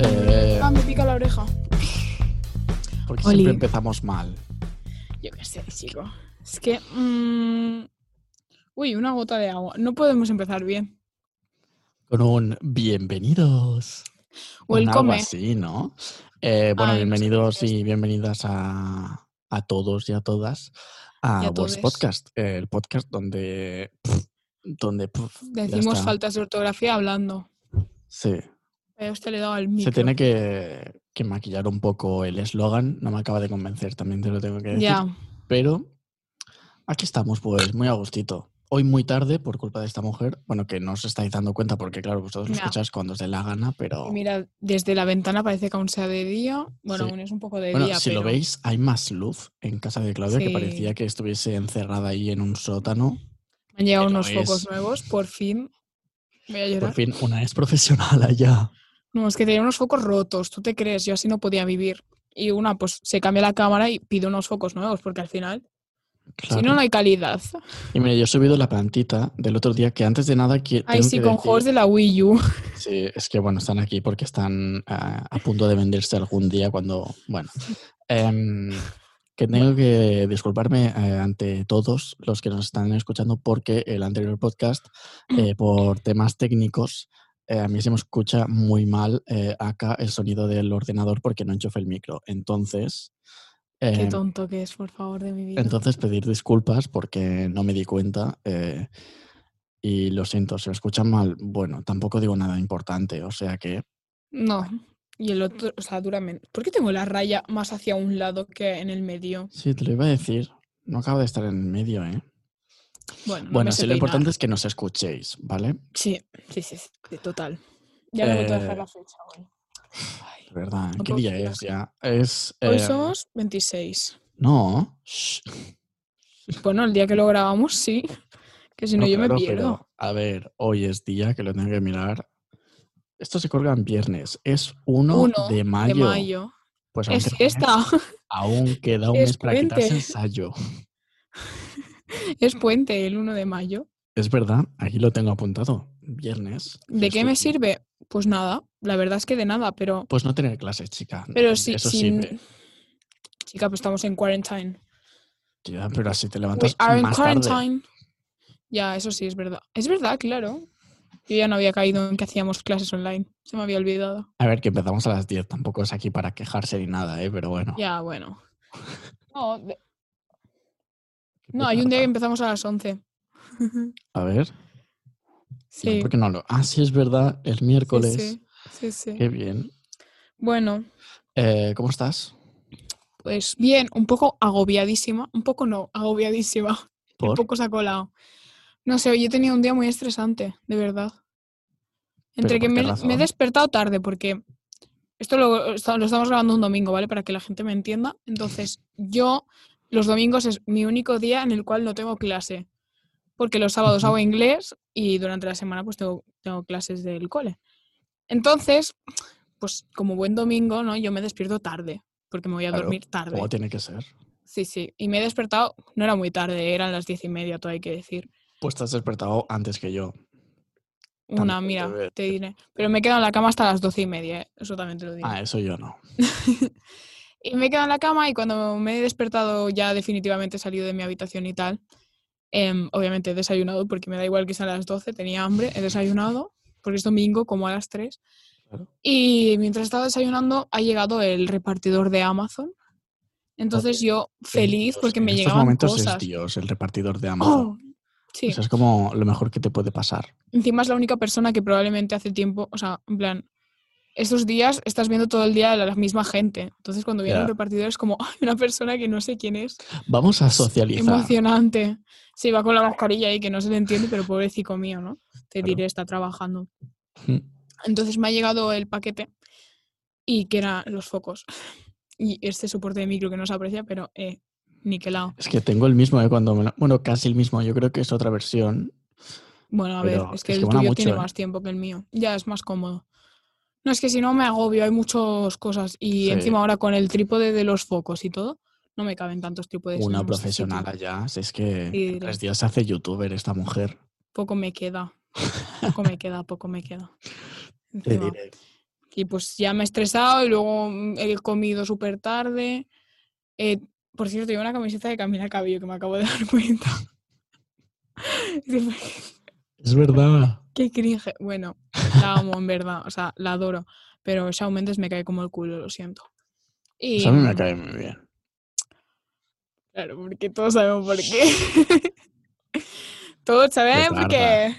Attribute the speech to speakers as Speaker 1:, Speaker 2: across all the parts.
Speaker 1: Ah, hijo.
Speaker 2: Eh, Porque
Speaker 1: Oli.
Speaker 2: siempre empezamos mal.
Speaker 1: Yo qué sé, chico. Es que. mm, Uy, una gota de agua. No podemos empezar bien.
Speaker 2: Con un bienvenidos. Con algo
Speaker 1: Welcome.
Speaker 2: así, ¿no? Eh, bueno,
Speaker 1: Ay,
Speaker 2: bienvenidos
Speaker 1: muchas
Speaker 2: y bienvenidas a, a todos y a todas
Speaker 1: Y
Speaker 2: a
Speaker 1: a
Speaker 2: Vox
Speaker 1: todes.
Speaker 2: Podcast, el podcast donde. pf, donde pf, ya
Speaker 1: Decimos
Speaker 2: está.
Speaker 1: faltas de ortografía hablando.
Speaker 2: Sí,
Speaker 1: Vaya, usted le he dado al
Speaker 2: se
Speaker 1: micro.
Speaker 2: tiene que, que maquillar un poco el eslogan. No me acaba de convencer, también te lo tengo que decir.
Speaker 1: Ya.
Speaker 2: Pero aquí estamos, pues, muy a gustito. Hoy muy tarde, por culpa de esta mujer. Bueno, que no os estáis dando cuenta, porque claro, vosotros lo
Speaker 1: Ya.
Speaker 2: escucháis cuando os dé la gana, pero.
Speaker 1: Y Mira, desde la ventana parece que aún sea de día. Bueno,
Speaker 2: Sí.
Speaker 1: aún es un poco de
Speaker 2: bueno,
Speaker 1: día,
Speaker 2: si lo
Speaker 1: pero-
Speaker 2: veis, hay más luz en casa de Claudia que
Speaker 1: Sí.
Speaker 2: parecía que estuviese encerrada ahí en un sótano.
Speaker 1: Me han llegado
Speaker 2: pero
Speaker 1: unos focos
Speaker 2: es-
Speaker 1: nuevos, por fin. Voy a llorar.
Speaker 2: Por fin, una es profesional allá.
Speaker 1: No, es que tenía unos focos rotos, ¿tú te crees? Yo así no podía vivir. Y una, pues se cambia la cámara y pido unos focos nuevos, porque al final, si no,
Speaker 2: Claro.
Speaker 1: no hay calidad.
Speaker 2: Y mira, yo he subido la plantita del otro día que antes de nada que
Speaker 1: Ay,
Speaker 2: tengo
Speaker 1: sí,
Speaker 2: que
Speaker 1: con
Speaker 2: decir-
Speaker 1: juegos de la Wii U.
Speaker 2: Sí, es que bueno, están aquí porque están ah, a punto de venderse algún día cuando, bueno, Em, que tengo que disculparme eh, ante todos los que nos están escuchando porque el anterior podcast, eh, por temas técnicos, eh, a mí se me escucha muy mal eh, acá el sonido del ordenador porque no enchufe el micro. Entonces,
Speaker 1: Qué
Speaker 2: em,
Speaker 1: tonto que es, por favor, de mi vida.
Speaker 2: entonces pedir disculpas porque no me di cuenta eh, y lo siento, se me escucha mal. Bueno, tampoco digo nada importante, o sea que...
Speaker 1: No. Y el otro, o sea, duramente. ¿Por qué tengo la raya más hacia un lado que en el medio?
Speaker 2: Sí, te lo iba a decir. No acabo de estar en el medio, ¿eh?
Speaker 1: Bueno, no me
Speaker 2: Bueno,
Speaker 1: sé
Speaker 2: sí, lo
Speaker 1: peinar.
Speaker 2: importante es que nos escuchéis, ¿vale?
Speaker 1: Sí, sí, sí, sí, total. Ya no he vuelto a dejar
Speaker 2: Eh,
Speaker 1: la fecha hoy. Ay.
Speaker 2: De verdad,
Speaker 1: No
Speaker 2: ¿qué
Speaker 1: puedo
Speaker 2: día
Speaker 1: creer.
Speaker 2: es ya? Es.
Speaker 1: Hoy
Speaker 2: eh,
Speaker 1: somos 26.
Speaker 2: No. shh,
Speaker 1: Bueno, el día que lo grabamos, sí. Que si no, yo
Speaker 2: claro,
Speaker 1: me pierdo.
Speaker 2: pero, a ver, hoy es día que lo tengo que mirar. Esto se colga en viernes. Es 1,
Speaker 1: Uno
Speaker 2: de mayo.
Speaker 1: De mayo.
Speaker 2: Pues aún,
Speaker 1: Es
Speaker 2: queda un mes-
Speaker 1: fiesta.
Speaker 2: aún queda un
Speaker 1: Es
Speaker 2: mes para quitarse
Speaker 1: puente.
Speaker 2: ensayo.
Speaker 1: Es puente el 1 de mayo.
Speaker 2: Es verdad, aquí lo tengo apuntado. Viernes.
Speaker 1: ¿De qué me
Speaker 2: festivo.
Speaker 1: sirve? Pues nada. La verdad es que de nada, pero,
Speaker 2: Pues no tener clases, chica.
Speaker 1: pero sí.
Speaker 2: Eso
Speaker 1: sin...
Speaker 2: sirve.
Speaker 1: Chica, pues estamos en quarantine.
Speaker 2: Tía, pero así te
Speaker 1: We
Speaker 2: levantas
Speaker 1: are in
Speaker 2: más tarde.
Speaker 1: quarantine. Ya, eso sí, es verdad. Es verdad, claro. Yo ya no había caído en que hacíamos clases online. Se me había olvidado.
Speaker 2: A ver, que empezamos a las 10, tampoco es aquí para quejarse ni nada, ¿eh? Pero bueno.
Speaker 1: Ya, bueno. No, de-
Speaker 2: qué
Speaker 1: no, hay un día
Speaker 2: petarda.
Speaker 1: que empezamos a las 11.
Speaker 2: A ver, no,
Speaker 1: Sí.
Speaker 2: ¿por qué no lo...? Ah, sí, es verdad, el miércoles.
Speaker 1: Sí, sí, sí, sí.
Speaker 2: Qué bien.
Speaker 1: Bueno,
Speaker 2: Eh, ¿Cómo estás?
Speaker 1: pues bien, un poco agobiadísima. Un poco no, agobiadísima.
Speaker 2: ¿Por?
Speaker 1: poco se ha colado. No sé, yo he tenido un día muy estresante, de verdad. Entre
Speaker 2: ¿Pero por qué
Speaker 1: que me, me he
Speaker 2: razón?
Speaker 1: despertado tarde, porque esto lo, esta- lo estamos grabando un domingo, ¿vale? Para que la gente me entienda. Entonces, yo los domingos es mi único día en el cual no tengo clase. Porque los sábados
Speaker 2: Ujú.
Speaker 1: hago inglés y durante la semana pues tengo, tengo clases del cole. Entonces, pues como buen domingo, ¿no? Yo me despierto tarde, porque me voy a
Speaker 2: Claro,
Speaker 1: dormir tarde.
Speaker 2: ¿Cómo tiene que ser?
Speaker 1: Sí, sí. Y me he despertado, no era muy tarde, eran las diez y media, todo hay que decir.
Speaker 2: Pues te has despertado antes que yo.
Speaker 1: Una,
Speaker 2: También Ah, te
Speaker 1: mira,
Speaker 2: veo.
Speaker 1: te diré. Pero me he quedado en la cama hasta las doce y media, ¿eh? eso también te lo digo.
Speaker 2: Ah, eso yo no.
Speaker 1: Y me he quedado en la cama y cuando me he despertado ya definitivamente he salido de mi habitación y tal. em, obviamente he desayunado porque me da igual que sea a las 12, tenía hambre, he desayunado, porque es domingo como a las 3.
Speaker 2: Claro.
Speaker 1: Y mientras estaba desayunando ha llegado el repartidor de Amazon. Entonces yo feliz
Speaker 2: Dios,
Speaker 1: porque
Speaker 2: en
Speaker 1: me
Speaker 2: estos
Speaker 1: llegaban
Speaker 2: momentos
Speaker 1: cosas.
Speaker 2: es Dios, el repartidor de Amazon.
Speaker 1: ¡Oh! Sí.
Speaker 2: O sea, es como lo mejor que te puede pasar.
Speaker 1: encima es la única persona que probablemente hace tiempo, o sea, en plan, estos días estás viendo todo el día a la misma gente. Entonces cuando viene un
Speaker 2: Ya.
Speaker 1: repartidor es como, ay, una persona que no sé quién es.
Speaker 2: Vamos a socializar.
Speaker 1: Emocionante. Sí, va con la mascarilla ahí que no se le entiende, pero pobrecito mío, ¿no? Te
Speaker 2: Claro.
Speaker 1: diré, está trabajando.
Speaker 2: Mm,
Speaker 1: Entonces me ha llegado el paquete y que eran los focos. Y este soporte de micro que no se aprecia, pero eh, niquelado.
Speaker 2: Es que tengo el mismo, ¿eh? Cuando me lo- Bueno, casi el mismo. Yo creo que es otra versión.
Speaker 1: Bueno, a
Speaker 2: Pero
Speaker 1: ver, es que
Speaker 2: es
Speaker 1: el
Speaker 2: que mola
Speaker 1: tuyo
Speaker 2: mucho,
Speaker 1: tiene
Speaker 2: ¿eh?
Speaker 1: más tiempo que el mío. Ya es más cómodo. No, es que si no me agobio, hay muchas cosas. Y
Speaker 2: Sí.
Speaker 1: encima ahora con el trípode de los focos y todo, no me caben tantos trípodes.
Speaker 2: Una
Speaker 1: en este sitio.
Speaker 2: profesional allá. Si es que
Speaker 1: Sí,
Speaker 2: en tres
Speaker 1: diré.
Speaker 2: días se hace youtuber esta mujer.
Speaker 1: Poco me queda. Poco me queda, poco me queda.
Speaker 2: Te
Speaker 1: Encima.
Speaker 2: diré.
Speaker 1: Y pues ya me he estresado y luego mm, he comido súper tarde. Eh, por cierto, llevo una camiseta de Camila Cabello que me acabo de dar cuenta.
Speaker 2: Es verdad.
Speaker 1: Qué cringe. Bueno, la amo, en verdad. O sea, la adoro. Pero Shawn Mendes me cae como el culo, lo siento. Y, mm,
Speaker 2: Pues a mí me cae muy bien.
Speaker 1: Claro, porque todos sabemos por qué. todos sabemos por qué.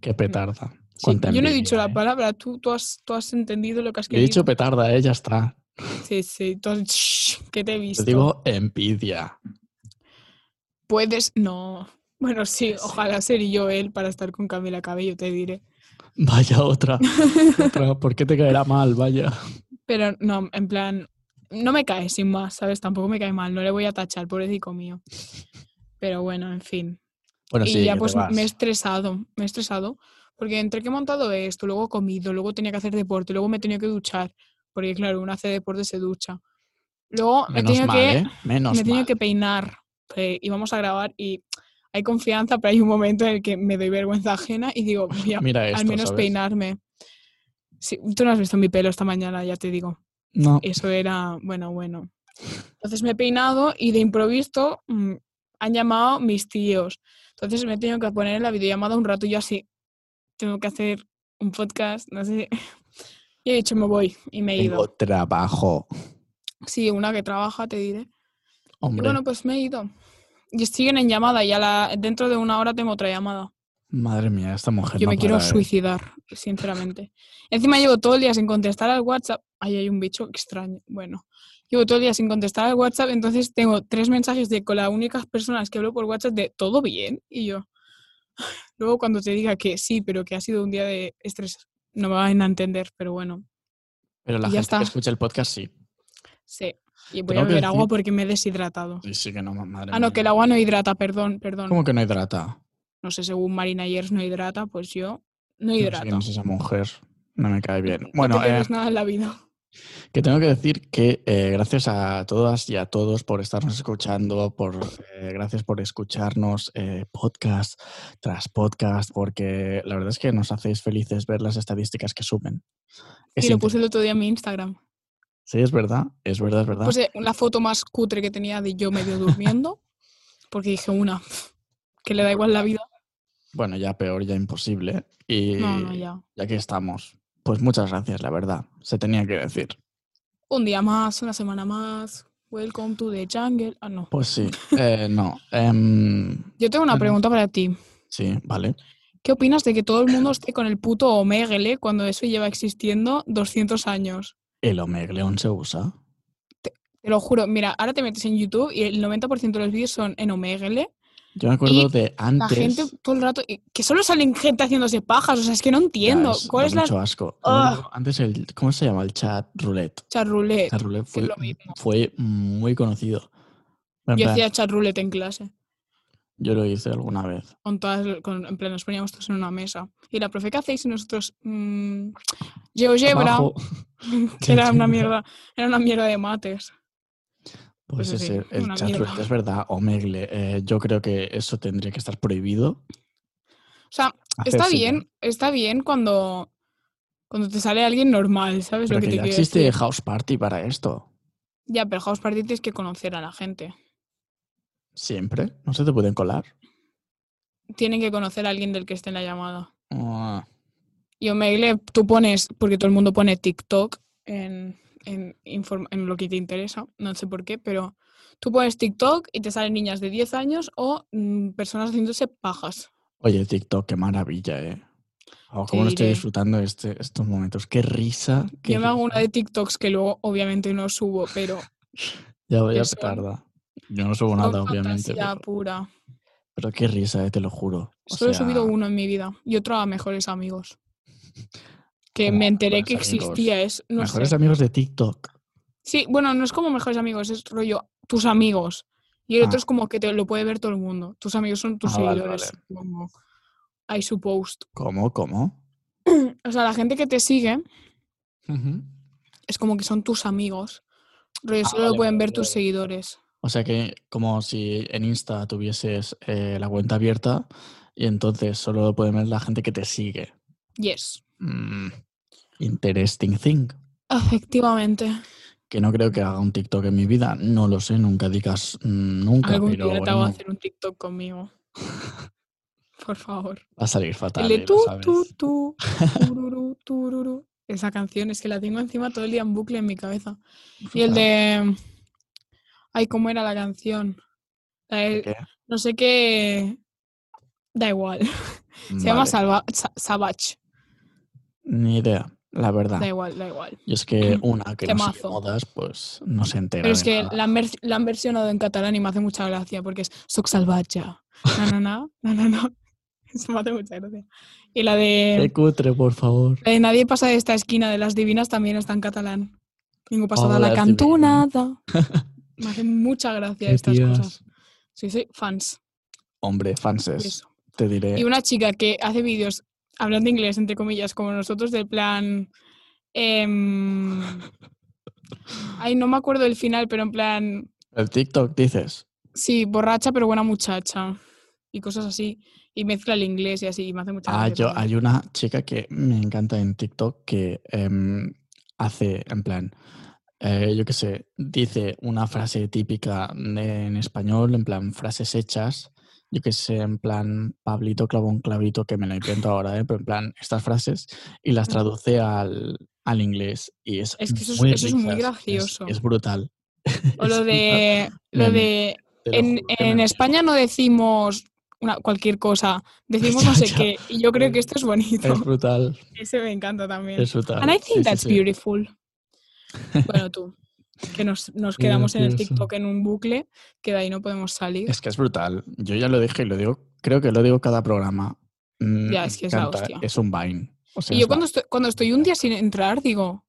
Speaker 2: Qué petarda.
Speaker 1: Mm. Sí,
Speaker 2: Cuánta
Speaker 1: yo no he
Speaker 2: envidia,
Speaker 1: dicho la
Speaker 2: eh.
Speaker 1: palabra, tú, tú, has, tú has entendido lo que has
Speaker 2: Yo he
Speaker 1: querido.
Speaker 2: dicho petarda, eh, ya está.
Speaker 1: Sí, sí, tú has- Shh, que te he visto.
Speaker 2: Te Pues digo envidia.
Speaker 1: Puedes, no. Bueno, sí,
Speaker 2: Sí.
Speaker 1: ojalá ser yo él para estar con Camila Cabello, te diré.
Speaker 2: Vaya otra. otra. ¿Por qué te caerá mal? Vaya.
Speaker 1: Pero no, en plan, no me cae sin más, ¿sabes? Tampoco me cae mal, no le voy a tachar, pobrecito mío. Pero bueno, en fin.
Speaker 2: Bueno, sí,
Speaker 1: y ya
Speaker 2: que te
Speaker 1: pues
Speaker 2: vas.
Speaker 1: me he estresado, me he estresado, porque entre que he montado esto, luego he comido, luego tenía que hacer deporte, luego me he tenido que duchar, porque claro, uno hace deporte se ducha. Luego me he
Speaker 2: Menos
Speaker 1: tenido
Speaker 2: mal,
Speaker 1: que,
Speaker 2: ¿eh? Menos
Speaker 1: me he tenido
Speaker 2: mal.
Speaker 1: que peinar, eh, íbamos a grabar y hay confianza, pero hay un momento en el que me doy vergüenza ajena y digo, voy a
Speaker 2: Mira esto,
Speaker 1: al menos
Speaker 2: ¿sabes?
Speaker 1: peinarme. Sí, tú no has visto mi pelo esta mañana, ya te digo.
Speaker 2: No.
Speaker 1: Eso era, bueno, bueno. Entonces me he peinado y de improviso mm, han llamado mis tíos. Entonces me he tenido que poner en la videollamada un rato y yo así, tengo que hacer un podcast, no sé. Y he dicho, me voy y me he
Speaker 2: Tengo
Speaker 1: ido.
Speaker 2: trabajo.
Speaker 1: Sí, una que trabaja, te diré. Y
Speaker 2: Hombre,
Speaker 1: bueno, pues me he ido. Y siguen en llamada y a la, dentro de una hora tengo otra llamada.
Speaker 2: madre mía, esta mujer
Speaker 1: Yo
Speaker 2: no
Speaker 1: me quiero
Speaker 2: para, ¿eh?
Speaker 1: suicidar, sinceramente. Encima llevo todo el día sin contestar al WhatsApp. Ahí hay un bicho extraño. Bueno, llevo todo el día sin contestar al WhatsApp, entonces tengo tres mensajes de con las únicas personas que hablo por WhatsApp de todo bien. Y yo, luego cuando te diga que sí, pero que ha sido un día de estrés, no me van a entender, pero bueno,
Speaker 2: Pero la
Speaker 1: Y ya
Speaker 2: gente que
Speaker 1: está.
Speaker 2: escucha el podcast sí.
Speaker 1: sí. Y voy
Speaker 2: Tengo
Speaker 1: a
Speaker 2: que
Speaker 1: beber agua
Speaker 2: decir-
Speaker 1: porque me he deshidratado.
Speaker 2: Sí, sí que no, madre
Speaker 1: Ah, no,
Speaker 2: mía.
Speaker 1: que el agua no hidrata, perdón, perdón.
Speaker 2: ¿Cómo que no hidrata?
Speaker 1: No sé, según Marina Yers no hidrata, pues yo no
Speaker 2: No sé
Speaker 1: hidrato.
Speaker 2: quién es esa mujer. No me cae bien.
Speaker 1: no
Speaker 2: Bueno,
Speaker 1: te
Speaker 2: eh,
Speaker 1: pierdes nada en la vida.
Speaker 2: Que tengo que decir que eh, gracias a todas y a todos por estarnos escuchando, por eh, gracias por escucharnos eh, podcast tras podcast, porque la verdad es que nos hacéis felices ver las estadísticas que suben. Es
Speaker 1: Y lo
Speaker 2: inter-
Speaker 1: puse el otro día en mi Instagram.
Speaker 2: Sí, es verdad, es verdad, es verdad.
Speaker 1: Pues la foto más cutre que tenía de yo medio durmiendo, porque dije una, que le da igual la vida.
Speaker 2: bueno, ya peor, ya imposible. Y
Speaker 1: No, no, ya.
Speaker 2: ya que estamos, pues muchas gracias, la verdad. Se tenía que decir.
Speaker 1: Un día más, una semana más. Welcome to the jungle. Ah, no.
Speaker 2: Pues sí, eh, no. em,
Speaker 1: Yo tengo una
Speaker 2: Bueno.
Speaker 1: pregunta para ti.
Speaker 2: sí, vale.
Speaker 1: ¿Qué opinas de que todo el mundo esté con el puto omegele cuando eso lleva existiendo 200 años?
Speaker 2: El omegleón se usa.
Speaker 1: Te lo juro, mira, ahora te metes en YouTube y el 90% de los vídeos son en omegele.
Speaker 2: Yo me acuerdo de
Speaker 1: La
Speaker 2: antes.
Speaker 1: gente todo el rato, y que solo salen gente haciéndose pajas, o sea, es que no
Speaker 2: Ya,
Speaker 1: entiendo.
Speaker 2: es-
Speaker 1: ¿Cuál
Speaker 2: da
Speaker 1: es la
Speaker 2: mucho asco.
Speaker 1: ¡Ah!
Speaker 2: No, Antes, el, ¿cómo se llama? El chat roulette.
Speaker 1: charruleta?
Speaker 2: Chat roulette
Speaker 1: que es
Speaker 2: fue,
Speaker 1: lo mismo.
Speaker 2: fue muy conocido. En
Speaker 1: Yo
Speaker 2: plan,
Speaker 1: hacía charruleta en clase.
Speaker 2: yo lo hice alguna vez.
Speaker 1: con todas, l- con- en plan, nos poníamos todos en una mesa. Y la profe, ¿qué hacéis? Y nosotros, mm, GeoGebra,
Speaker 2: Abajo,
Speaker 1: que era
Speaker 2: GeoGebra.
Speaker 1: una mierda, era una mierda de mates.
Speaker 2: Pues
Speaker 1: eso sí,
Speaker 2: ese, el
Speaker 1: una
Speaker 2: chat
Speaker 1: mierda.
Speaker 2: roulette es verdad. Omegle, eh, yo creo que eso tendría que estar prohibido.
Speaker 1: O sea, está
Speaker 2: Hacerse ya.
Speaker 1: bien, está bien cuando, cuando te sale alguien normal, ¿sabes
Speaker 2: Pero
Speaker 1: lo que,
Speaker 2: que
Speaker 1: te
Speaker 2: ya
Speaker 1: quiero
Speaker 2: existe
Speaker 1: decir?
Speaker 2: House Party para esto.
Speaker 1: Ya, pero House Party tienes que conocer a la gente.
Speaker 2: Siempre. No se te pueden colar.
Speaker 1: Tienen que conocer a alguien del que esté en la llamada.
Speaker 2: Ah,
Speaker 1: Y Omegle, tú pones, porque todo el mundo pone TikTok en, en, inform- en lo que te interesa, no sé por qué, pero tú pones TikTok y te salen niñas de 10 años o mm, personas haciéndose pajas.
Speaker 2: Oye, TikTok, qué maravilla, ¿eh? Oh,
Speaker 1: Te
Speaker 2: ¿Cómo lo estoy
Speaker 1: diré.
Speaker 2: disfrutando este, estos momentos? ¡Qué risa! qué
Speaker 1: Yo me hago
Speaker 2: risa.
Speaker 1: una de TikToks que luego obviamente no subo, pero
Speaker 2: Ya voy a
Speaker 1: Eso.
Speaker 2: petarda. Yo no subo
Speaker 1: son
Speaker 2: nada, obviamente.
Speaker 1: fantasía
Speaker 2: Pero,
Speaker 1: pura.
Speaker 2: pero qué risa, eh, te lo juro. O
Speaker 1: Solo he subido
Speaker 2: sea,
Speaker 1: uno en mi vida y otro a Mejores Amigos. Que
Speaker 2: ¿cómo
Speaker 1: me enteré
Speaker 2: mejores
Speaker 1: que
Speaker 2: amigos?
Speaker 1: existía, es, no sé.
Speaker 2: mejores amigos de TikTok.
Speaker 1: Sí, bueno, no es como mejores amigos, es rollo tus amigos. Y el
Speaker 2: Ah.
Speaker 1: otro es como que te lo puede ver todo el mundo. Tus amigos son tus
Speaker 2: Ah, vale,
Speaker 1: seguidores, supongo. I suppose.
Speaker 2: ¿Cómo? ¿Cómo?
Speaker 1: O sea, la gente que te sigue
Speaker 2: Ujú.
Speaker 1: es como que son tus amigos. Rollo,
Speaker 2: Ah,
Speaker 1: solo
Speaker 2: vale,
Speaker 1: lo pueden
Speaker 2: vale,
Speaker 1: ver tus
Speaker 2: vale.
Speaker 1: seguidores.
Speaker 2: O sea que como si en Insta tuvieses eh, la cuenta abierta y entonces solo lo pueden ver la gente que te sigue.
Speaker 1: Yes.
Speaker 2: Mm, Interesting thing.
Speaker 1: Efectivamente.
Speaker 2: Que no creo que haga un TikTok en mi vida, no lo sé, nunca digas mm, nunca,
Speaker 1: Algún
Speaker 2: pero
Speaker 1: día te
Speaker 2: bueno,
Speaker 1: hago hacer un TikTok conmigo. Por favor.
Speaker 2: va a salir
Speaker 1: El
Speaker 2: fatal.
Speaker 1: de
Speaker 2: eh, lo
Speaker 1: tú,
Speaker 2: sabes.
Speaker 1: tú, tú, tururú, tururú. Esa canción es que la tengo encima todo el día en bucle en mi cabeza. Y el de. Ay, ¿cómo era la canción? La de-
Speaker 2: ¿Qué?
Speaker 1: no sé qué. Da igual. Se llama
Speaker 2: Vale,
Speaker 1: Salva- Sa- Savage.
Speaker 2: Ni idea, la verdad.
Speaker 1: Da igual, da igual.
Speaker 2: Y es que una que no sigue
Speaker 1: Temazo.
Speaker 2: modas, pues no se entera.
Speaker 1: Pero
Speaker 2: de
Speaker 1: es que
Speaker 2: nada.
Speaker 1: la han, vers- la han versionado en catalán y me hace mucha gracia porque es Soc salvatge. No, no, no, no, no, no. Eso me hace mucha gracia. Y la
Speaker 2: Qué
Speaker 1: de,
Speaker 2: cutre, por favor.
Speaker 1: la de Nadie pasa de esta esquina de las divinas también está en catalán. Ningú pasada
Speaker 2: Hola,
Speaker 1: la
Speaker 2: las
Speaker 1: cantonada. me hace mucha gracia
Speaker 2: Qué
Speaker 1: estas
Speaker 2: tías.
Speaker 1: cosas. Sí, soy fans.
Speaker 2: Hombre,
Speaker 1: de
Speaker 2: fanses,
Speaker 1: eso.
Speaker 2: te diré.
Speaker 1: Y una chica que hace vídeos hablando inglés, entre comillas, como nosotros, del plan. em, ay, no me acuerdo el final, pero en plan.
Speaker 2: El TikTok dices,
Speaker 1: Sí, borracha pero buena muchacha. Y cosas así. Y mezcla el inglés y así. Y me hace mucha
Speaker 2: Ah,
Speaker 1: gracia
Speaker 2: yo,
Speaker 1: también.
Speaker 2: hay una chica que me encanta en TikTok que em, hace, en plan, eh, yo qué sé, dice una frase típica de- en español, en plan, frases hechas, yo qué sé, en plan, Pablito clavó un clavito, que me lo invento ahora, eh, pero en plan, estas frases, y las traduce al, al inglés. Y es,
Speaker 1: Es que eso es-
Speaker 2: muy
Speaker 1: eso es muy
Speaker 2: risas,
Speaker 1: gracioso.
Speaker 2: Es, brutal.
Speaker 1: O lo
Speaker 2: es
Speaker 1: de. Lo
Speaker 2: Me-
Speaker 1: de
Speaker 2: Te lo
Speaker 1: en
Speaker 2: juro que me
Speaker 1: en
Speaker 2: río.
Speaker 1: España no decimos una, cualquier cosa. Decimos no sé
Speaker 2: Ya, ya.
Speaker 1: qué. Y yo creo que
Speaker 2: Es-
Speaker 1: esto es bonito.
Speaker 2: Es brutal,
Speaker 1: Ese me encanta también.
Speaker 2: es brutal.
Speaker 1: And I
Speaker 2: Sí, sí,
Speaker 1: think that's
Speaker 2: sí.
Speaker 1: beautiful. Bueno, tú. Que nos, nos
Speaker 2: Qué
Speaker 1: quedamos en el
Speaker 2: gracioso.
Speaker 1: TikTok en un bucle, que de ahí no podemos salir.
Speaker 2: Es que es brutal. Yo ya lo dije y lo digo, creo que lo digo cada programa. Mm,
Speaker 1: Ya,
Speaker 2: me
Speaker 1: es que es la
Speaker 2: encanta,
Speaker 1: hostia.
Speaker 2: Es un Vine. O sea,
Speaker 1: y yo
Speaker 2: es la-
Speaker 1: cuando estoy, cuando estoy un día sin entrar, digo,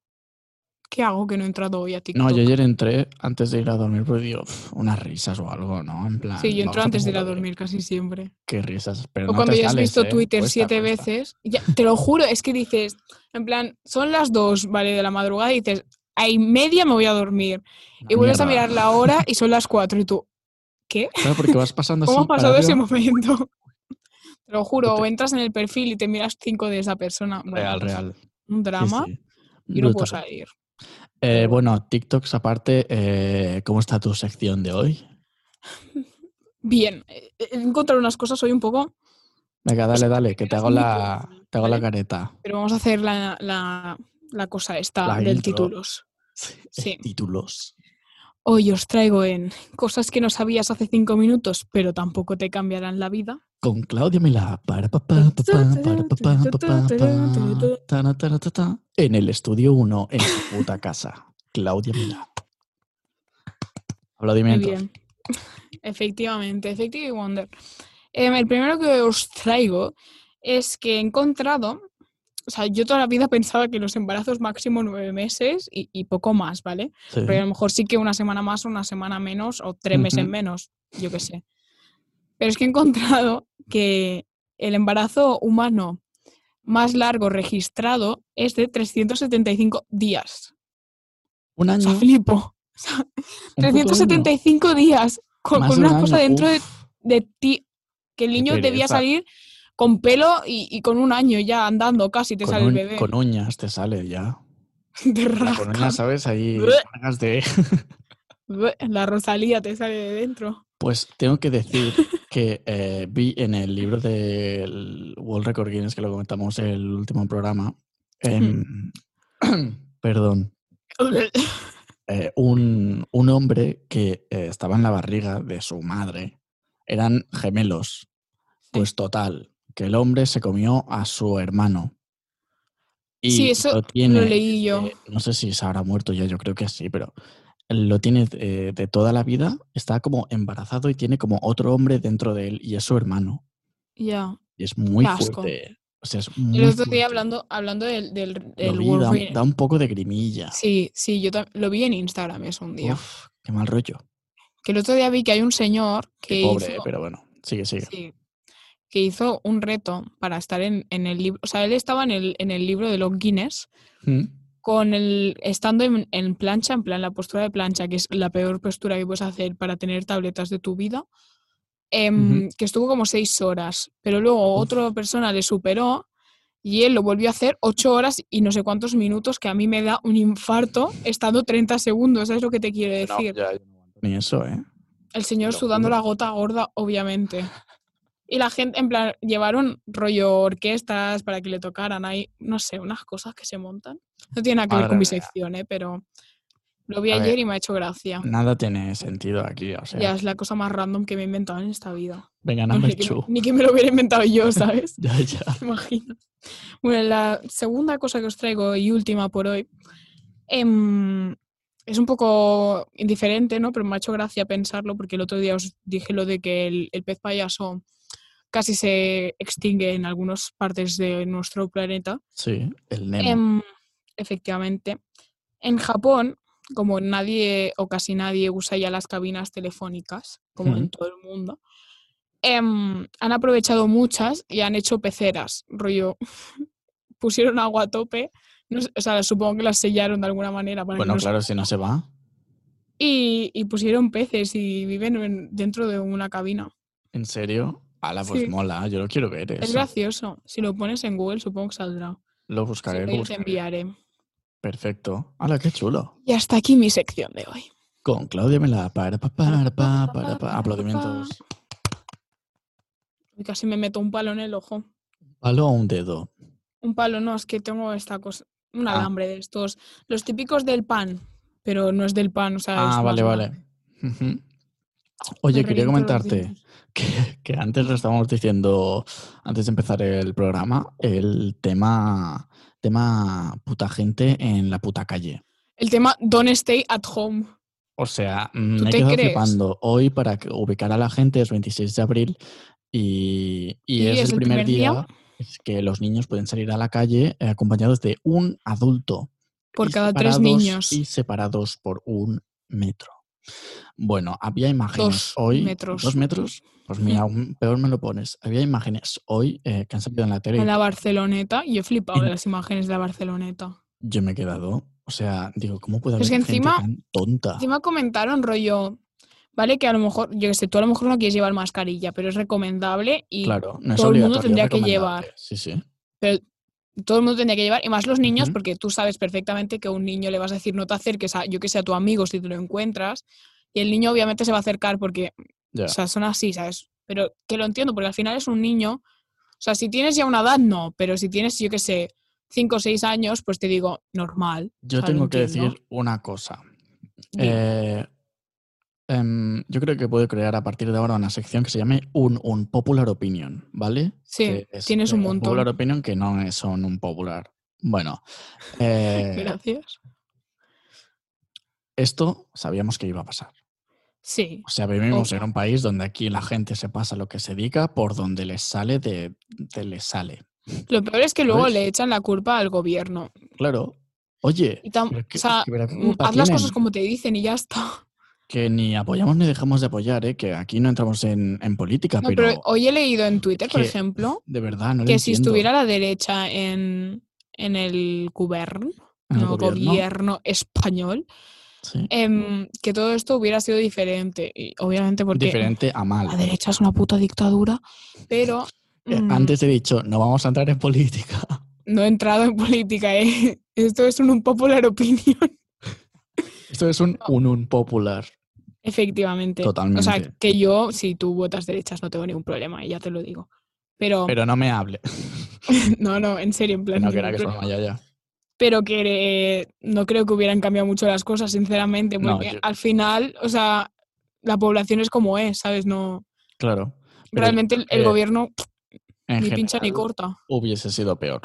Speaker 1: ¿qué hago que no he entrado hoy a TikTok?
Speaker 2: No, yo ayer entré antes de ir a dormir porque digo, "Pf, unas risas o algo, ¿no? En plan.
Speaker 1: Sí, yo
Speaker 2: vamos
Speaker 1: entro antes de ir a
Speaker 2: tomar-
Speaker 1: dormir casi siempre.
Speaker 2: Qué risas. Pero
Speaker 1: O
Speaker 2: no
Speaker 1: cuando
Speaker 2: te
Speaker 1: ya has
Speaker 2: sales,
Speaker 1: visto
Speaker 2: ¿eh?
Speaker 1: Twitter
Speaker 2: Cuesta,
Speaker 1: siete
Speaker 2: cuesta.
Speaker 1: veces, ya, te lo juro, es que dices, en plan, son las dos, ¿vale? De la madrugada y dices, hay media me voy a dormir.
Speaker 2: Una
Speaker 1: Y vuelves a
Speaker 2: Ah, mierda.
Speaker 1: mirar la hora y son las cuatro y tú, ¿qué?
Speaker 2: Claro, porque vas pasando
Speaker 1: ¿Cómo
Speaker 2: así.
Speaker 1: ha pasado
Speaker 2: para
Speaker 1: ese
Speaker 2: arriba.
Speaker 1: momento? Te lo juro,
Speaker 2: Te-
Speaker 1: o entras en el perfil y te miras cinco de esa persona. Bueno,
Speaker 2: Real,
Speaker 1: pues,
Speaker 2: real. Sí,
Speaker 1: Un drama
Speaker 2: sí.
Speaker 1: y no puedo
Speaker 2: Brutal.
Speaker 1: salir.
Speaker 2: Eh,
Speaker 1: pero
Speaker 2: bueno, TikToks aparte, eh, ¿cómo está tu sección de hoy?
Speaker 1: Bien, eh, eh, he encontrado unas cosas hoy un poco,
Speaker 2: Venga, dale, dale, que te
Speaker 1: eres
Speaker 2: hago
Speaker 1: muy
Speaker 2: la,
Speaker 1: curiosa,
Speaker 2: te hago la
Speaker 1: Pues ¿vale?
Speaker 2: careta.
Speaker 1: pero vamos a hacer la, la- la cosa esta
Speaker 2: La
Speaker 1: del
Speaker 2: intro.
Speaker 1: títulos. Sí.
Speaker 2: Títulos.
Speaker 1: Hoy os traigo en cosas que no sabías hace cinco minutos, pero tampoco te cambiarán la vida.
Speaker 2: Con Claudia Milá. Para, pa, pa, pa, pa, para, pa, pa, pa, pa, pa. Tana, tana, ta, ta. En el estudio 1, en su puta casa. Claudia Milá.
Speaker 1: Muy
Speaker 2: Aplaudimientos.
Speaker 1: bien. Efectivamente, Effective Wonder. Em, el primero que os traigo es que he encontrado, o sea, yo toda la vida pensaba que los embarazos máximo nueve meses y, y poco más, ¿vale?
Speaker 2: Sí.
Speaker 1: Pero a lo mejor sí que una semana más, una semana menos o tres meses
Speaker 2: Ujú.
Speaker 1: menos, yo qué sé. Pero es que he encontrado que el embarazo humano más largo registrado es de 375 días.
Speaker 2: Un
Speaker 1: O
Speaker 2: año.
Speaker 1: sea,
Speaker 2: un
Speaker 1: flipo. O sea,
Speaker 2: puto año.
Speaker 1: 375 días con,
Speaker 2: Más
Speaker 1: con
Speaker 2: de un
Speaker 1: una cosa
Speaker 2: año,
Speaker 1: dentro de,
Speaker 2: uf.
Speaker 1: de ti. Que el
Speaker 2: Qué
Speaker 1: niño debía
Speaker 2: pereza.
Speaker 1: salir con pelo y, y con un año ya andando casi, te
Speaker 2: Con,
Speaker 1: sale
Speaker 2: uñ-
Speaker 1: el bebé.
Speaker 2: con uñas te sale ya.
Speaker 1: Te
Speaker 2: La con
Speaker 1: rasca.
Speaker 2: uñas, ¿sabes? Ahí
Speaker 1: Bleh.
Speaker 2: cargas de.
Speaker 1: La Rosalía te sale de dentro.
Speaker 2: Pues tengo que decir que eh, vi en el libro del World Record Guinness, que lo comentamos en el último programa, em, perdón, eh, un, un hombre que eh, estaba en la barriga de su madre. Eran gemelos. Pues total, que el hombre se comió a su hermano. Y
Speaker 1: Sí, eso
Speaker 2: lo,
Speaker 1: Lo
Speaker 2: tiene,
Speaker 1: leí yo.
Speaker 2: eh, no sé si se habrá muerto ya, yo creo que sí, pero lo tiene eh, de toda la vida. Está como embarazado y tiene como otro hombre dentro de él y es su hermano.
Speaker 1: Ya.
Speaker 2: Y es muy
Speaker 1: Qué asco.
Speaker 2: fuerte. O sea, es
Speaker 1: El
Speaker 2: muy
Speaker 1: otro día
Speaker 2: fuerte.
Speaker 1: hablando, hablando del, del,
Speaker 2: Lo
Speaker 1: del
Speaker 2: vi, da,
Speaker 1: Wolverine.
Speaker 2: un- da un poco de grimilla.
Speaker 1: Sí, sí, yo tam- lo vi en Instagram eso un día.
Speaker 2: Uf, qué mal rollo.
Speaker 1: Que el otro día vi que hay un señor
Speaker 2: Qué
Speaker 1: que,
Speaker 2: pobre, eh,
Speaker 1: hizo,
Speaker 2: pero bueno, sigue, sigue.
Speaker 1: sí, que hizo un reto para estar en, en el libro. O sea, él estaba en el, en el libro de los Guinness
Speaker 2: Mm.
Speaker 1: con el estando en, en plancha, en plan la postura de plancha, que es la peor postura que puedes hacer para tener tabletas de tu vida, em, que estuvo como seis horas, pero luego
Speaker 2: Uf.
Speaker 1: otra persona le superó Y él lo volvió a hacer ocho horas y no sé cuántos minutos, que a mí me da un infarto estando 30 segundos, ¿sabes lo que te quiero
Speaker 2: No,
Speaker 1: decir?
Speaker 2: ya, yo no aguanto ni eso, ¿eh?
Speaker 1: El señor
Speaker 2: Te lo
Speaker 1: sudando
Speaker 2: juro.
Speaker 1: la gota gorda, obviamente. Y la gente, en plan, llevaron rollo orquestas para que le tocaran. Hay, no sé, unas cosas que se montan. No tiene nada que ver
Speaker 2: Madre
Speaker 1: con mi
Speaker 2: mía.
Speaker 1: sección, ¿eh? pero lo vi
Speaker 2: A ver.
Speaker 1: ayer y me ha hecho gracia.
Speaker 2: Nada tiene sentido aquí, o sea.
Speaker 1: Ya es la cosa más random que me he inventado en esta vida.
Speaker 2: Venga,
Speaker 1: Vamos,
Speaker 2: number
Speaker 1: ni, que,
Speaker 2: two.
Speaker 1: ni que me lo hubiera inventado yo, ¿sabes?
Speaker 2: Ya, ya.
Speaker 1: Te imaginas. Bueno, la segunda cosa que os traigo y última por hoy em, es un poco indiferente, ¿no? Pero me ha hecho gracia pensarlo porque el otro día os dije lo de que el, el pez payaso casi se extingue en algunas partes de nuestro planeta.
Speaker 2: Sí, el Nemo.
Speaker 1: Em, efectivamente. En Japón, como nadie o casi nadie usa ya las cabinas telefónicas, como en
Speaker 2: Ujú.
Speaker 1: todo el mundo, em, han aprovechado muchas y han hecho peceras, rollo, pusieron agua a tope, no sé, o sea, supongo que las sellaron de alguna manera para que
Speaker 2: bueno,
Speaker 1: no se-
Speaker 2: claro, si no se va.
Speaker 1: y, y pusieron peces y viven en- dentro de una cabina.
Speaker 2: ¿En serio? Ala, pues
Speaker 1: Sí.
Speaker 2: mola, yo lo quiero ver
Speaker 1: Es
Speaker 2: eso.
Speaker 1: gracioso, si lo pones en Google supongo que saldrá.
Speaker 2: Lo
Speaker 1: Si
Speaker 2: buscaré,
Speaker 1: no,
Speaker 2: lo
Speaker 1: yo te
Speaker 2: buscaré.
Speaker 1: enviaré.
Speaker 2: Perfecto. Ala, qué chulo.
Speaker 1: Y hasta aquí mi sección de hoy.
Speaker 2: Con Claudia me la para pa, para pa,
Speaker 1: pa,
Speaker 2: para pa.
Speaker 1: pa, pa,
Speaker 2: Aplaudimientos.
Speaker 1: Uy, Casi me meto un palo en el ojo.
Speaker 2: Palo o un dedo.
Speaker 1: Un palo, no, es que tengo esta cosa, un
Speaker 2: Ah.
Speaker 1: alambre de estos, los típicos del pan, pero no es del pan, o sea, es
Speaker 2: Ah,
Speaker 1: más
Speaker 2: vale,
Speaker 1: grande.
Speaker 2: vale. Ujú.
Speaker 1: Me
Speaker 2: Oye, quería
Speaker 1: reviento los
Speaker 2: comentarte
Speaker 1: dientes.
Speaker 2: que, que antes lo estábamos diciendo, antes de empezar el programa, el tema, tema puta gente en la puta calle.
Speaker 1: El tema don't stay at home.
Speaker 2: O sea, mm,
Speaker 1: ¿Tú
Speaker 2: me he
Speaker 1: te
Speaker 2: quedado
Speaker 1: crees?
Speaker 2: flipando. Hoy, para que- ubicar a la gente, es 26 de abril y, y
Speaker 1: Y
Speaker 2: es, el primer
Speaker 1: día.
Speaker 2: día es que los niños pueden salir a la calle eh, acompañados de un adulto.
Speaker 1: Por
Speaker 2: y
Speaker 1: cada tres
Speaker 2: separados-
Speaker 1: niños.
Speaker 2: Y separados por un metro. Bueno, había imágenes
Speaker 1: Dos
Speaker 2: hoy.
Speaker 1: metros.
Speaker 2: ¿Dos metros? Pues mira, aún peor me lo pones. Había imágenes hoy eh, que han salido en la tele. y
Speaker 1: En la Barceloneta, yo he flipado
Speaker 2: Y- Ah.
Speaker 1: de las imágenes de la Barceloneta.
Speaker 2: Yo me he quedado. O sea, digo, ¿cómo puede haber
Speaker 1: Es que
Speaker 2: gente
Speaker 1: encima-
Speaker 2: tan tonta?
Speaker 1: Encima comentaron rollo, ¿vale? Que a lo mejor, yo que sé, tú a lo mejor no quieres llevar mascarilla, pero es recomendable y
Speaker 2: claro, no es
Speaker 1: todo el
Speaker 2: obligatorio.
Speaker 1: mundo
Speaker 2: es
Speaker 1: tendría que
Speaker 2: recomendable.
Speaker 1: llevar.
Speaker 2: Sí, sí.
Speaker 1: pero todo el mundo tendría que llevar, y más los niños,
Speaker 2: Ujú.
Speaker 1: porque tú sabes perfectamente que a un niño le vas a decir no te acerques a, yo que sé, a tu amigo si te lo encuentras, y el niño obviamente se va a acercar porque,
Speaker 2: Ya.
Speaker 1: o sea, son así, ¿sabes? Pero que lo entiendo, porque al final es un niño, o sea, si tienes ya una edad, no, pero si tienes, yo que sé, cinco o seis años, pues te digo, normal.
Speaker 2: Yo
Speaker 1: o sea, lo
Speaker 2: tengo que
Speaker 1: entiendo.
Speaker 2: decir una cosa.
Speaker 1: Dime.
Speaker 2: Eh, em, yo creo que puedo crear a partir de ahora una sección que se llame un, un popular opinion, ¿vale?
Speaker 1: Sí,
Speaker 2: Que es
Speaker 1: tienes
Speaker 2: de
Speaker 1: un
Speaker 2: popular
Speaker 1: montón.
Speaker 2: opinion que no es un, un popular. Bueno, eh,
Speaker 1: Gracias.
Speaker 2: esto sabíamos que iba a pasar.
Speaker 1: Sí,
Speaker 2: O sea, vivimos en
Speaker 1: Obvio.
Speaker 2: un país donde aquí la gente se pasa lo que se diga por donde les sale de, de les sale.
Speaker 1: lo peor es que luego
Speaker 2: ¿Sabes?
Speaker 1: le echan la culpa al gobierno.
Speaker 2: Claro. Oye,
Speaker 1: Y tam-
Speaker 2: pero
Speaker 1: o
Speaker 2: qué-
Speaker 1: sea,
Speaker 2: qué vera
Speaker 1: mm,
Speaker 2: culpa
Speaker 1: haz las cosas
Speaker 2: tienen.
Speaker 1: como te dicen y ya está.
Speaker 2: Que ni apoyamos ni dejamos de apoyar, ¿eh? que aquí no entramos en, en política,
Speaker 1: No, pero,
Speaker 2: Ah, pero
Speaker 1: hoy he leído en Twitter, por
Speaker 2: que-
Speaker 1: ejemplo,
Speaker 2: de verdad no lo
Speaker 1: que si
Speaker 2: entiendo.
Speaker 1: estuviera la derecha en, en el gobierno,
Speaker 2: En el
Speaker 1: no
Speaker 2: gobierno,
Speaker 1: gobierno español,
Speaker 2: sí.
Speaker 1: em, que todo esto hubiera sido diferente. Y obviamente porque
Speaker 2: Diferente a mal.
Speaker 1: la derecha es una puta dictadura, pero
Speaker 2: Eh,
Speaker 1: mm,
Speaker 2: Antes he dicho, no vamos a entrar en política.
Speaker 1: no he entrado en política. ¿eh? Esto es un popular opinion.
Speaker 2: Esto es un
Speaker 1: Oh.
Speaker 2: un, un popular.
Speaker 1: Efectivamente. O sea,
Speaker 2: Totalmente.
Speaker 1: que yo, si tú votas derechas, no tengo ningún problema, y ya te lo digo. Pero,
Speaker 2: Pero no me hable.
Speaker 1: no, no, en serio, en
Speaker 2: Que
Speaker 1: plan.
Speaker 2: no, que
Speaker 1: ningún
Speaker 2: era que
Speaker 1: problema.
Speaker 2: broma, ya, ya.
Speaker 1: pero que eh, no creo que hubieran cambiado mucho las cosas, sinceramente,
Speaker 2: No,
Speaker 1: porque
Speaker 2: yo-
Speaker 1: al final, o sea, la población es como es, ¿sabes? No,
Speaker 2: Claro. Pero
Speaker 1: realmente el, el
Speaker 2: que
Speaker 1: gobierno
Speaker 2: En
Speaker 1: ni pincha ni
Speaker 2: general,
Speaker 1: corta.
Speaker 2: hubiese sido peor.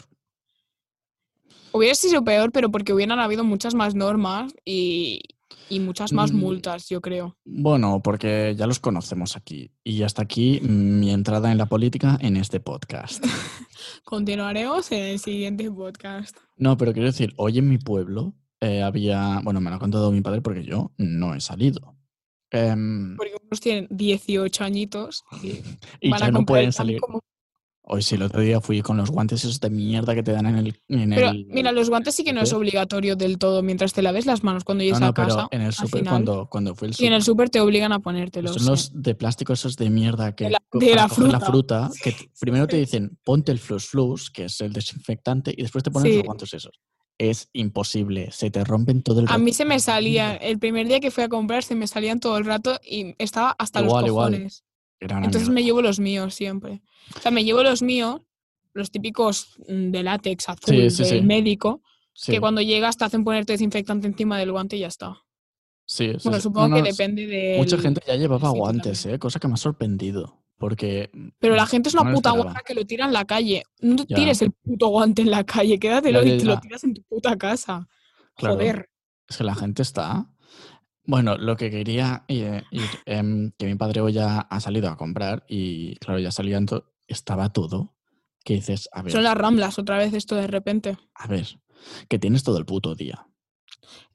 Speaker 1: Hubiera sido peor, pero porque hubieran habido muchas más normas y, y muchas más
Speaker 2: Mm.
Speaker 1: multas, yo creo.
Speaker 2: Bueno, porque ya los conocemos aquí. Y hasta aquí mm, mi entrada en la política en este podcast.
Speaker 1: Continuaremos en el siguiente podcast.
Speaker 2: No, pero quiero decir, hoy en mi pueblo eh, había, bueno, me lo ha contado mi padre porque yo no he salido. Em,
Speaker 1: Pues Porque unos tienen 18 añitos y
Speaker 2: y
Speaker 1: van
Speaker 2: ya
Speaker 1: a
Speaker 2: no
Speaker 1: comprar el
Speaker 2: pueden
Speaker 1: pan
Speaker 2: salir.
Speaker 1: como
Speaker 2: Hoy sí, el otro día fui con los guantes esos de mierda que te dan en el... en
Speaker 1: Pero
Speaker 2: el-
Speaker 1: mira, los guantes sí que no es obligatorio del todo mientras te laves las manos cuando
Speaker 2: No,
Speaker 1: llegues
Speaker 2: no,
Speaker 1: a casa.
Speaker 2: pero en el súper,
Speaker 1: final.
Speaker 2: cuando, cuando fue el
Speaker 1: Y en
Speaker 2: súper,
Speaker 1: el súper te obligan a ponértelos. ¿eh?
Speaker 2: son los de plástico esos de mierda que
Speaker 1: De la-
Speaker 2: co-
Speaker 1: de
Speaker 2: para
Speaker 1: la
Speaker 2: coger
Speaker 1: fruta.
Speaker 2: fruta, que t- primero te dicen, ponte el flus flus, que es el desinfectante, y después te ponen
Speaker 1: Sí.
Speaker 2: los guantes esos. Es imposible, se te rompen todo el
Speaker 1: A mí se me
Speaker 2: rato.
Speaker 1: salía, el primer día que fui a comprar se me salían todo el rato y estaba hasta
Speaker 2: Igual,
Speaker 1: los
Speaker 2: igual.
Speaker 1: cojones.
Speaker 2: Era una
Speaker 1: Entonces
Speaker 2: mierda.
Speaker 1: me llevo los míos siempre. O sea, me llevo los míos, los típicos mm, de látex azul
Speaker 2: Sí, sí,
Speaker 1: del
Speaker 2: sí.
Speaker 1: médico,
Speaker 2: Sí,
Speaker 1: que cuando llegas te hacen ponerte desinfectante encima del guante y ya está.
Speaker 2: sí, sí,
Speaker 1: Bueno,
Speaker 2: sí.
Speaker 1: supongo
Speaker 2: No,
Speaker 1: que
Speaker 2: no, es-
Speaker 1: depende de.
Speaker 2: Mucha gente ya llevaba
Speaker 1: sitio
Speaker 2: guantes, eh, cosa que me ha sorprendido. Porque.
Speaker 1: Pero la gente es
Speaker 2: no
Speaker 1: una
Speaker 2: me lo
Speaker 1: puta
Speaker 2: esperaba.
Speaker 1: guarra que lo tira en la calle. No te
Speaker 2: Ya.
Speaker 1: tires el puto guante en la calle, quédatelo
Speaker 2: Ya, ya,
Speaker 1: y te lo
Speaker 2: ya.
Speaker 1: tiras en tu puta casa.
Speaker 2: Claro.
Speaker 1: Joder.
Speaker 2: Es que la gente está. Bueno, lo que quería eh, ir, em, que mi padre hoy ya ha salido a comprar y, claro, ya salían to- Estaba todo. Que dices, a ver,
Speaker 1: Son las ramblas otra vez esto de repente.
Speaker 2: a ver, que tienes todo el puto día.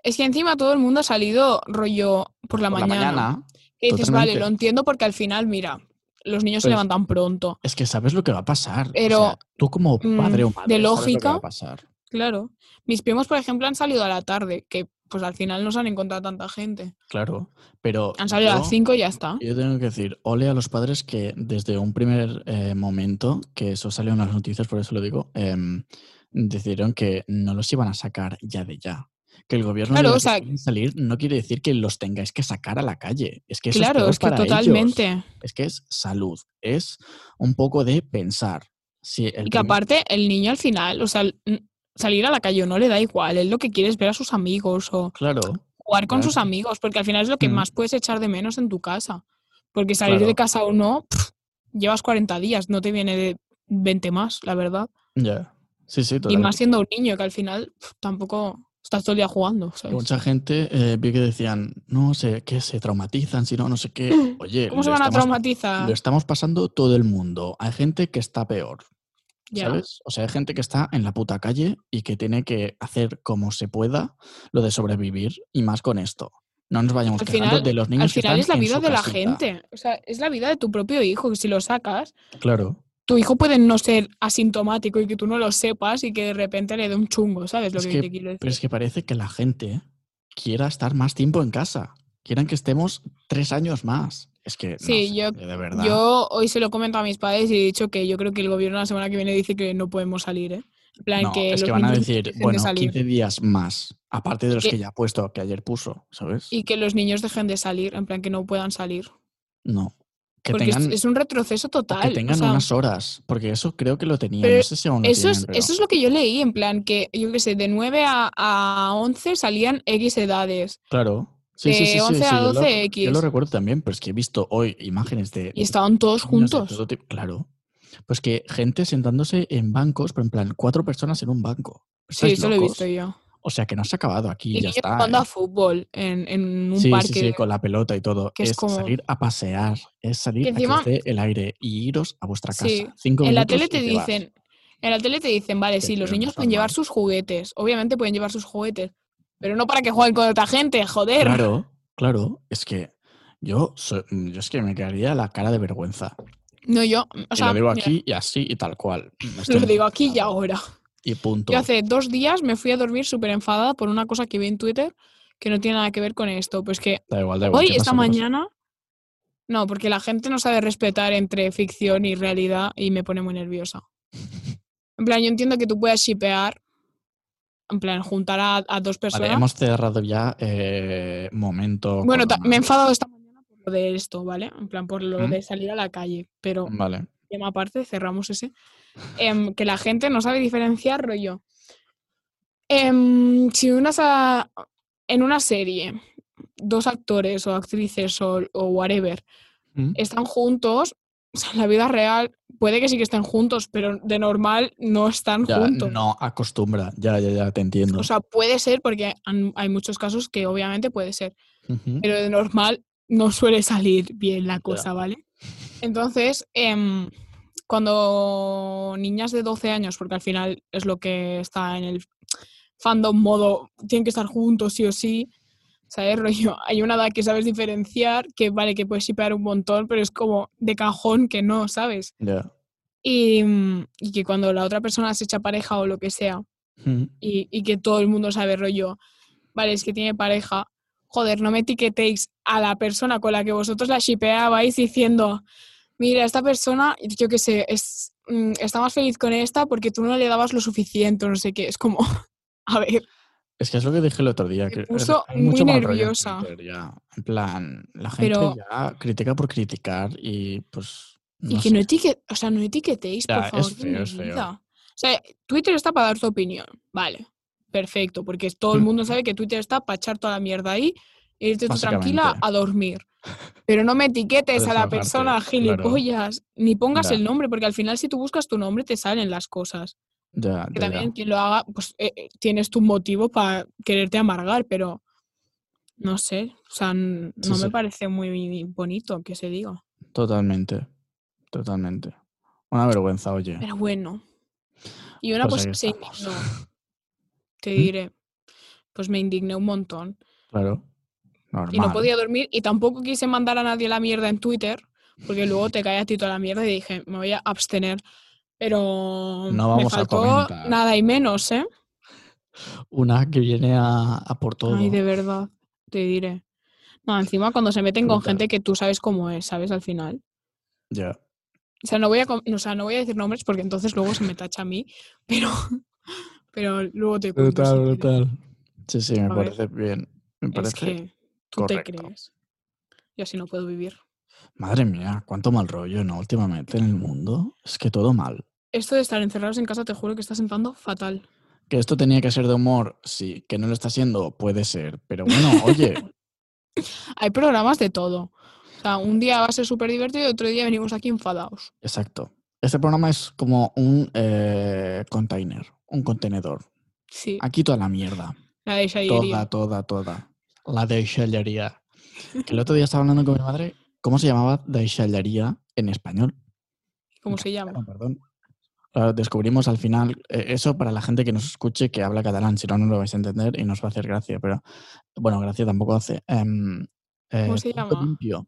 Speaker 1: Es que encima todo el mundo ha salido rollo por la
Speaker 2: Por la
Speaker 1: mañana.
Speaker 2: mañana.
Speaker 1: Que dices,
Speaker 2: totalmente.
Speaker 1: vale, lo entiendo porque al final, mira, los niños se
Speaker 2: Pues,
Speaker 1: levantan pronto.
Speaker 2: Es que sabes lo que va a pasar. o
Speaker 1: Pero,
Speaker 2: sea, tú como padre o
Speaker 1: mm,
Speaker 2: madre
Speaker 1: de
Speaker 2: sabes lo que va a
Speaker 1: lógica,
Speaker 2: pasar.
Speaker 1: Claro. Mis primos, por ejemplo, han salido a la tarde, que pues al final no se han encontrado tanta gente.
Speaker 2: Claro. Pero.
Speaker 1: Han salido a
Speaker 2: yo-
Speaker 1: las 5 y ya está.
Speaker 2: Yo tengo que decir, ole a los padres que desde un primer eh, momento, que eso salió en las noticias, por eso lo digo, em, decidieron que no los iban a sacar ya de ya. Que el gobierno
Speaker 1: Claro,
Speaker 2: diga
Speaker 1: o
Speaker 2: que
Speaker 1: sea-
Speaker 2: pueden salir no quiere decir que los tengáis que sacar a la calle. Es que eso es,
Speaker 1: claro,
Speaker 2: peor
Speaker 1: es que
Speaker 2: para ellos.
Speaker 1: totalmente.
Speaker 2: Es que es salud. Es un poco de pensar. Si el
Speaker 1: Y que
Speaker 2: primer-
Speaker 1: aparte, el niño al final, o sea, l- n- salir a la calle o no le da igual. Él lo que quiere es ver a sus amigos o
Speaker 2: Claro,
Speaker 1: jugar con
Speaker 2: Claro.
Speaker 1: sus amigos, porque al final es lo que
Speaker 2: Mm.
Speaker 1: más puedes echar de menos en tu casa. Porque salir
Speaker 2: Claro.
Speaker 1: de casa o no, pff, llevas 40 días, no te viene de 20 más, la verdad.
Speaker 2: ya. Sí, sí,
Speaker 1: Y
Speaker 2: totalmente.
Speaker 1: más siendo un niño, que al final pff, tampoco estás todo el día jugando.
Speaker 2: Y
Speaker 1: ¿sabes?
Speaker 2: Mucha gente eh, vi que decían, no sé, que se traumatizan, si no, no sé qué. Oye,
Speaker 1: ¿Cómo se
Speaker 2: lo
Speaker 1: van a
Speaker 2: estamos-
Speaker 1: traumatizar?
Speaker 2: Lo estamos pasando todo el mundo. Hay gente que está peor,
Speaker 1: Ya.
Speaker 2: ¿sabes? O sea, hay gente que está en la puta calle y que tiene que hacer como se pueda lo de sobrevivir y más con esto. No nos vayamos
Speaker 1: Al
Speaker 2: quejando
Speaker 1: final-
Speaker 2: de los niños
Speaker 1: Al
Speaker 2: que
Speaker 1: final es la
Speaker 2: están en
Speaker 1: vida
Speaker 2: su
Speaker 1: de la
Speaker 2: casita.
Speaker 1: gente. O sea, es la vida de tu propio hijo. Que si lo sacas,
Speaker 2: Claro,
Speaker 1: tu hijo puede no ser asintomático y que tú no lo sepas y que de repente le dé un chungo, ¿sabes? Lo
Speaker 2: Es
Speaker 1: que,
Speaker 2: que-
Speaker 1: te quiero decir.
Speaker 2: pero es que parece que la gente quiera estar más tiempo en casa. Quieran que estemos tres años más. Es que, no
Speaker 1: Sí,
Speaker 2: sé,
Speaker 1: yo-
Speaker 2: de verdad.
Speaker 1: Yo hoy se lo comento a mis padres y he dicho que yo creo que el gobierno la semana que viene dice que no podemos salir, ¿eh? En plan,
Speaker 2: No,
Speaker 1: que
Speaker 2: es
Speaker 1: los
Speaker 2: que van a
Speaker 1: niños
Speaker 2: decir,
Speaker 1: dejen de
Speaker 2: bueno,
Speaker 1: salir.
Speaker 2: 15 días más, aparte de los
Speaker 1: Que-
Speaker 2: que ya ha puesto, que ayer puso, ¿sabes?
Speaker 1: Y que los niños dejen de salir, en plan que no puedan salir.
Speaker 2: No. Que
Speaker 1: porque es-
Speaker 2: tengan,
Speaker 1: es, un retroceso
Speaker 2: o
Speaker 1: total.
Speaker 2: que
Speaker 1: o
Speaker 2: tengan
Speaker 1: sea,
Speaker 2: unas horas, porque eso creo que lo tenían,
Speaker 1: Pero
Speaker 2: no sé si aún lo
Speaker 1: Eso
Speaker 2: tienen,
Speaker 1: es,
Speaker 2: pero-
Speaker 1: eso es lo que yo leí, en plan, que yo qué sé, de 9 a, a 11 salían X edades.
Speaker 2: Claro. Sí, sí,
Speaker 1: de
Speaker 2: sí, sí,
Speaker 1: 11 a
Speaker 2: sí, yo lo-
Speaker 1: 12X.
Speaker 2: Yo lo recuerdo también, pero es que he visto hoy imágenes de
Speaker 1: Y estaban todos
Speaker 2: niños de
Speaker 1: juntos.
Speaker 2: todo tipo- Claro. Pues que gente sentándose en bancos, pero en plan, cuatro personas en un banco.
Speaker 1: Sí,
Speaker 2: ¿Estáis
Speaker 1: eso lo he
Speaker 2: locos?
Speaker 1: visto yo.
Speaker 2: O sea, que no se ha acabado aquí,
Speaker 1: Y
Speaker 2: ya
Speaker 1: niños
Speaker 2: está.
Speaker 1: jugando
Speaker 2: ¿eh?
Speaker 1: a fútbol en, en un
Speaker 2: sí,
Speaker 1: parque.
Speaker 2: sí, sí, con la pelota y todo.
Speaker 1: que
Speaker 2: es
Speaker 1: es como-
Speaker 2: salir a pasear, es salir
Speaker 1: Que encima-
Speaker 2: a que os dé el aire y iros a vuestra casa.
Speaker 1: Sí,
Speaker 2: Cinco
Speaker 1: en la
Speaker 2: minutos
Speaker 1: tele
Speaker 2: y
Speaker 1: te
Speaker 2: vas.
Speaker 1: dicen, en la tele te dicen, vale,
Speaker 2: Que
Speaker 1: sí, los
Speaker 2: creo que
Speaker 1: niños
Speaker 2: es
Speaker 1: pueden llevar
Speaker 2: normal.
Speaker 1: sus juguetes. Obviamente pueden llevar sus juguetes. Pero no para que jueguen con otra gente, joder.
Speaker 2: Claro, claro. Es que yo, so- mm, yo es que me quedaría la cara de vergüenza.
Speaker 1: No, yo, o
Speaker 2: y
Speaker 1: sea,
Speaker 2: lo digo
Speaker 1: mira,
Speaker 2: aquí y así y tal cual. Estoy
Speaker 1: lo
Speaker 2: muy
Speaker 1: digo aquí y
Speaker 2: enfadado.
Speaker 1: ahora.
Speaker 2: Y punto.
Speaker 1: Yo hace dos días me fui a dormir súper enfadada por una cosa que vi en Twitter que no tiene nada que ver con esto. Pues que
Speaker 2: Da igual, da igual.
Speaker 1: hoy,
Speaker 2: ¿qué
Speaker 1: esta
Speaker 2: pasó? ¿Qué pasó?
Speaker 1: mañana, no, porque la gente no sabe respetar entre ficción y realidad y me pone muy nerviosa. En plan, yo entiendo que tú puedas shipear, en plan, juntar a, a dos personas.
Speaker 2: Vale, hemos cerrado ya eh, momento.
Speaker 1: bueno, ta-
Speaker 2: corona.
Speaker 1: me he enfadado esta mañana por lo de esto, ¿vale? En plan, por lo
Speaker 2: ¿Mm?
Speaker 1: de salir a la calle, pero
Speaker 2: Vale.
Speaker 1: tema aparte, cerramos ese, em, que la gente no sabe diferenciar rollo. Em, si unas a- en una serie dos actores o actrices o, o whatever
Speaker 2: ¿Mm?
Speaker 1: están juntos, o sea, en la vida real puede que sí que estén juntos, pero de normal no están
Speaker 2: Ya
Speaker 1: juntos.
Speaker 2: no acostumbra. Ya, ya, ya, te entiendo.
Speaker 1: O sea, puede ser porque han- hay muchos casos que obviamente puede ser.
Speaker 2: Ujú.
Speaker 1: pero de normal no suele salir bien la cosa, ¿vale? Entonces, em, cuando niñas de 12 años, porque al final es lo que está en el fandom modo, tienen que estar juntos sí o sí, ¿sabes? Rollo, hay una edad que sabes diferenciar, que vale, que puedes shipear un montón, pero es como de cajón que no, ¿sabes?
Speaker 2: Ya.
Speaker 1: Y, mm, y que cuando la otra persona se echa pareja o lo que sea,
Speaker 2: Mm.
Speaker 1: y, y que todo el mundo sabe rollo, vale, es que tiene pareja, joder, no me etiquetéis a la persona con la que vosotros la shipeabais diciendo, mira, esta persona, yo qué sé, es, mm, está más feliz con esta porque tú no le dabas lo suficiente, o no sé qué, es como, a ver,
Speaker 2: Es que es lo que dije el otro día.
Speaker 1: Me
Speaker 2: que
Speaker 1: puso
Speaker 2: hay mucho
Speaker 1: muy
Speaker 2: mal rollo en
Speaker 1: nerviosa.
Speaker 2: Twitter ya. En plan, la gente
Speaker 1: Pero-
Speaker 2: ya critica por criticar y pues.
Speaker 1: y que
Speaker 2: sé.
Speaker 1: no, etiquet, o sea, no etiquetéis,
Speaker 2: Ya,
Speaker 1: por
Speaker 2: es
Speaker 1: favor. de
Speaker 2: feo,
Speaker 1: mi
Speaker 2: es feo.
Speaker 1: vida. O sea, Twitter está para dar tu opinión, vale, perfecto, porque todo el
Speaker 2: Mm.
Speaker 1: mundo sabe que Twitter está para echar toda la mierda ahí e irte tú tranquila
Speaker 2: Básicamente.
Speaker 1: a dormir. Pero no me etiquetes a la
Speaker 2: desahogarte,
Speaker 1: persona,
Speaker 2: claro.
Speaker 1: gilipollas, ni pongas
Speaker 2: Ya.
Speaker 1: el nombre, porque al final si tú buscas tu nombre te salen las cosas.
Speaker 2: Ya,
Speaker 1: Que
Speaker 2: ya, ya.
Speaker 1: también quien lo haga, pues eh, eh, tienes tu motivo para quererte amargar, pero no sé, o sea, n-
Speaker 2: Sí,
Speaker 1: no
Speaker 2: sí.
Speaker 1: me parece muy bonito que se diga.
Speaker 2: Totalmente. Totalmente. Una vergüenza, oye.
Speaker 1: Pero bueno. Y una
Speaker 2: Pues
Speaker 1: cosa
Speaker 2: ahí
Speaker 1: que se
Speaker 2: estamos.
Speaker 1: indignó, te
Speaker 2: ¿Mm?
Speaker 1: diré, pues me indigné un montón.
Speaker 2: Claro. Normal.
Speaker 1: Y no podía dormir y tampoco quise mandar a nadie la mierda en Twitter, porque luego te cae a ti toda la mierda y dije, me voy a abstener. Pero
Speaker 2: No vamos
Speaker 1: me
Speaker 2: a
Speaker 1: faltó
Speaker 2: comentar.
Speaker 1: nada y menos, ¿eh?
Speaker 2: Una que viene a, a por todo.
Speaker 1: Ay, de verdad, te diré. No, encima cuando se meten con
Speaker 2: Brutal.
Speaker 1: gente que tú sabes cómo es, ¿sabes? Al final.
Speaker 2: Ya.
Speaker 1: O sea, no voy a, com- o sea, no voy a decir nombres porque entonces luego se me tacha a mí, pero, pero luego te cuento. si
Speaker 2: Brutal,
Speaker 1: quieres.
Speaker 2: brutal. Sí, sí, me
Speaker 1: A ver.
Speaker 2: parece bien. Me
Speaker 1: Es
Speaker 2: parece.
Speaker 1: que tú te
Speaker 2: correcto.
Speaker 1: crees. Yo así no puedo vivir.
Speaker 2: Madre mía, cuánto mal rollo, ¿no? Últimamente en el mundo. Es que todo mal.
Speaker 1: Esto de estar encerrados en casa te juro que está sentando fatal.
Speaker 2: Que esto tenía que ser de humor, sí. Que no lo está siendo, puede ser. Pero bueno, oye,
Speaker 1: Hay programas de todo. O sea, un día va a ser súper divertido y otro día venimos aquí enfadados.
Speaker 2: exacto. Este programa es como un eh, container, un contenedor.
Speaker 1: Sí,
Speaker 2: Aquí toda la mierda.
Speaker 1: la de Shayería.
Speaker 2: Toda, toda, toda. La deixallería. Que el otro día estaba hablando con mi madre. ¿Cómo se llamaba deixallería en español?
Speaker 1: ¿Cómo se llama?
Speaker 2: Bueno, perdón. Claro, descubrimos al final eh, eso para la gente que nos escuche que habla catalán, si no, no lo vais a entender y nos va a hacer gracia, pero bueno, gracia tampoco hace. Em, eh,
Speaker 1: se
Speaker 2: punto
Speaker 1: llama?
Speaker 2: Limpio,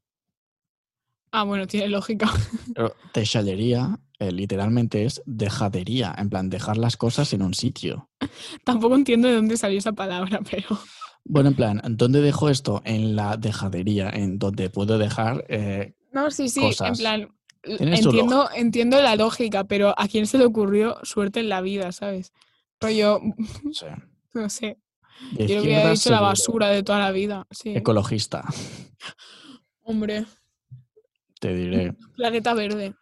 Speaker 1: Ah, bueno, tiene lógica.
Speaker 2: pero deixallería eh, literalmente es dejadería, en plan dejar las cosas en un sitio.
Speaker 1: Tampoco entiendo de dónde salió esa palabra, pero
Speaker 2: Bueno, en plan, ¿dónde dejo esto? En la dejadería, en donde puedo dejar. eh,
Speaker 1: No, sí, sí, en
Speaker 2: Cosas.
Speaker 1: plan, l-
Speaker 2: Tiene su
Speaker 1: entiendo, entiendo la lógica, pero ¿a quién se le ocurrió suerte en la vida, sabes? Rollo,
Speaker 2: no sé,
Speaker 1: no sé,
Speaker 2: de
Speaker 1: yo lo hubiera
Speaker 2: izquierdas
Speaker 1: dicho la
Speaker 2: seguro,
Speaker 1: basura de toda la vida, sí.
Speaker 2: Ecologista,
Speaker 1: Hombre,
Speaker 2: te diré.
Speaker 1: planeta verde.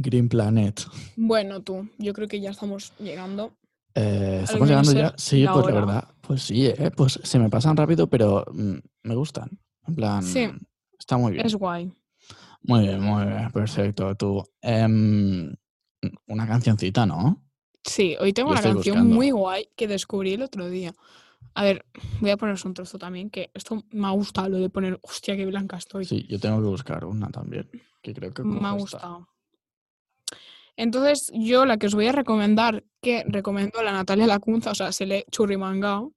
Speaker 2: Green Planet.
Speaker 1: Bueno, tú, yo creo que ya estamos llegando.
Speaker 2: Eh,
Speaker 1: Al
Speaker 2: estamos llegando
Speaker 1: menos
Speaker 2: ya.
Speaker 1: en
Speaker 2: Sí,
Speaker 1: la
Speaker 2: pues la
Speaker 1: hora.
Speaker 2: verdad. Pues sí, eh, pues se me pasan rápido, pero mm, me gustan. En plan,
Speaker 1: Sí.
Speaker 2: está muy bien.
Speaker 1: Es guay.
Speaker 2: Muy bien, muy bien. Perfecto. Tú. Em, una cancioncita, ¿no?
Speaker 1: Sí, hoy tengo
Speaker 2: Yo
Speaker 1: una
Speaker 2: estoy
Speaker 1: canción
Speaker 2: buscando.
Speaker 1: muy guay que descubrí el otro día. A ver, voy a poneros un trozo también, que esto me ha gustado, lo de poner, hostia, qué blanca estoy.
Speaker 2: Sí, yo tengo que buscar una también. Que creo que
Speaker 1: Me ha
Speaker 2: cojo esta.
Speaker 1: gustado. Entonces, yo la que os voy a recomendar, que recomiendo a la Natalia Lacunza, o sea, se lee Churrimangao.